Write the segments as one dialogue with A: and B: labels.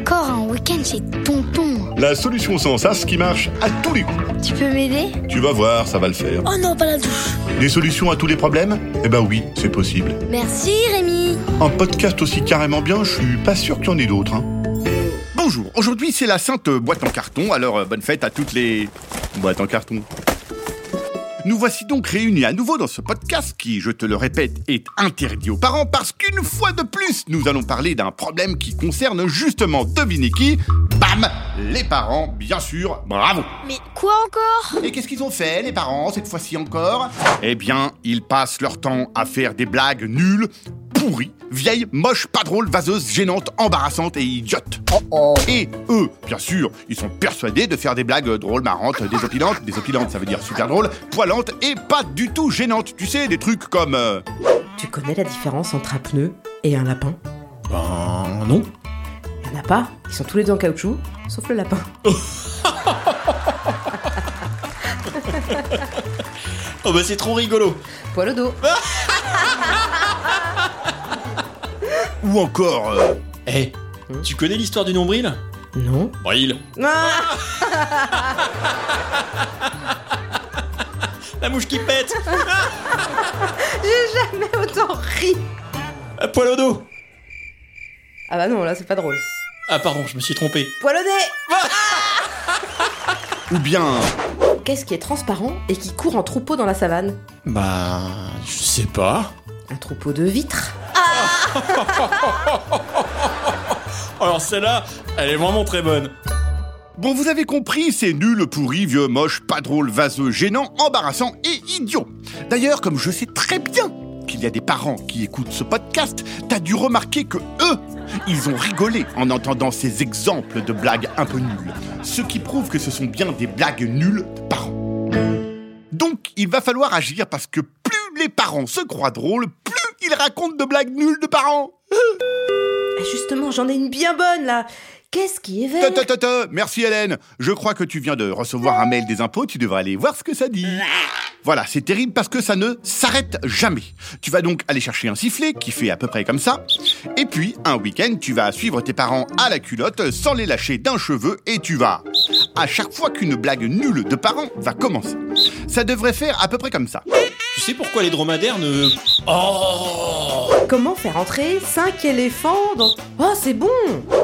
A: Encore un week-end chez Tonton.
B: La solution sans sas qui marche à tous les coups.
A: Tu peux m'aider
B: Tu vas voir, ça va le faire.
A: Oh non, pas la douche.
B: Des solutions à tous les problèmes Eh ben oui, c'est possible.
A: Merci Rémi.
B: Un podcast aussi carrément bien, je suis pas sûr qu'il y en ait d'autres. hein. Bonjour, aujourd'hui c'est la sainte boîte en carton, alors euh, bonne fête à toutes les boîtes en carton. Nous voici donc réunis à nouveau dans ce podcast qui, je te le répète, est interdit aux parents parce qu'une fois de plus, nous allons parler d'un problème qui concerne justement, devinez qui Bam Les parents, bien sûr, bravo
A: Mais quoi encore
B: et qu'est-ce qu'ils ont fait, les parents, cette fois-ci encore Eh bien, ils passent leur temps à faire des blagues nulles, pourries, vieilles, moches, pas drôles, vaseuses, gênantes, embarrassantes et idiotes. Et eux, bien sûr, ils sont persuadés de faire des blagues drôles, marrantes, désopilantes. Désopilantes, ça veut dire super drôles, poilantes et pas du tout gênantes. Tu sais, des trucs comme... euh,
C: Tu connais la différence entre un pneu et un lapin
D: Ben non.
C: Il n'y en a pas, ils sont tous les deux en caoutchouc, sauf le lapin.
D: Oh bah c'est trop rigolo.
C: Poil au dos.
B: ou encore... euh,
D: Eh, tu connais l'histoire du nombril
C: Non.
D: Bril.
C: Ah
D: La mouche qui pète.
C: J'ai jamais autant ri
D: À Euh, poil au dos.
C: Ah bah non, là c'est pas drôle.
D: Ah pardon, je me suis trompé.
C: Poil au nez
B: ou bien...
C: Qu'est-ce qui est transparent et qui court en troupeau dans la savane
D: Bah, je sais pas.
C: Un troupeau de vitres.
D: Alors celle-là, elle est vraiment très bonne.
B: Bon, vous avez compris, c'est nul, pourri, vieux, moche, pas drôle, vaseux, gênant, embarrassant et idiot. D'ailleurs, comme je sais très bien qu'il y a des parents qui écoutent ce podcast, t'as dû remarquer que eux, ils ont rigolé en entendant ces exemples de blagues un peu nulles. Ce qui prouve que ce sont bien des blagues nulles de parents. Donc, il va falloir agir parce que plus les parents se croient drôles, plus ils racontent de blagues nulles de parents.
C: Ah, Justement, j'en ai une bien bonne là. Qu'est-ce qui est vert
B: Ta, ta, ta, ta. Merci Hélène. Je crois que tu viens de recevoir un mail des impôts, tu devrais aller voir ce que ça dit. Voilà, c'est terrible parce que ça ne s'arrête jamais. Tu vas donc aller chercher un sifflet qui fait à peu près comme ça. Et puis, un week-end, tu vas suivre tes parents à la culotte sans les lâcher d'un cheveu et tu vas... À chaque fois qu'une blague nulle de parents va commencer. Ça devrait faire à peu près comme ça.
D: Tu sais pourquoi les dromadaires ne... Oh
C: Comment faire entrer 5 éléphants dans... Oh c'est bon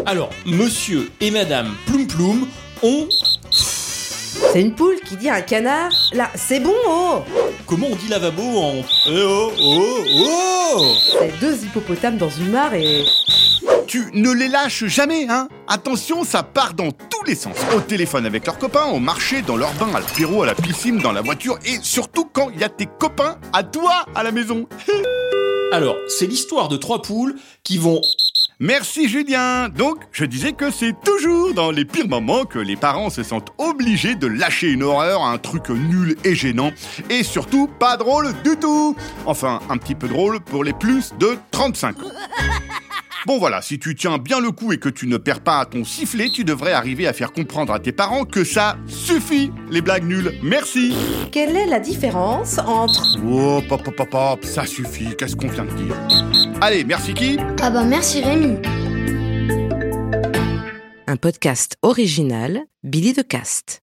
D: Alors, monsieur et madame Ploum Ploum ont...
C: C'est une poule qui dit à un canard. Là, c'est bon oh
D: Comment on dit lavabo en... Eh oh, oh, oh
C: C'est deux hippopotames dans une mare et...
B: Tu ne les lâches jamais, hein Attention, ça part dans tous les sens. Au téléphone avec leurs copains, au marché, dans leur bain, à l'apéro, à la piscine, dans la voiture, et surtout quand il y a tes copains à toi à la maison.
D: Alors, c'est l'histoire de trois poules qui vont...
B: Merci Julien Donc, je disais que c'est toujours dans les pires moments que les parents se sentent obligés de lâcher une horreur, un truc nul et gênant, et surtout pas drôle du tout Enfin, un petit peu drôle pour les plus de 35 ans. Bon voilà, si tu tiens bien le coup et que tu ne perds pas ton sifflet, tu devrais arriver à faire comprendre à tes parents que ça suffit, les blagues nulles. Merci
C: Quelle est la différence entre...
B: Oh, pop, pop, pop, pop, ça suffit, qu'est-ce qu'on vient de dire Allez, merci qui
A: Ah bah merci Rémi.
C: Un podcast original, Billy de Cast.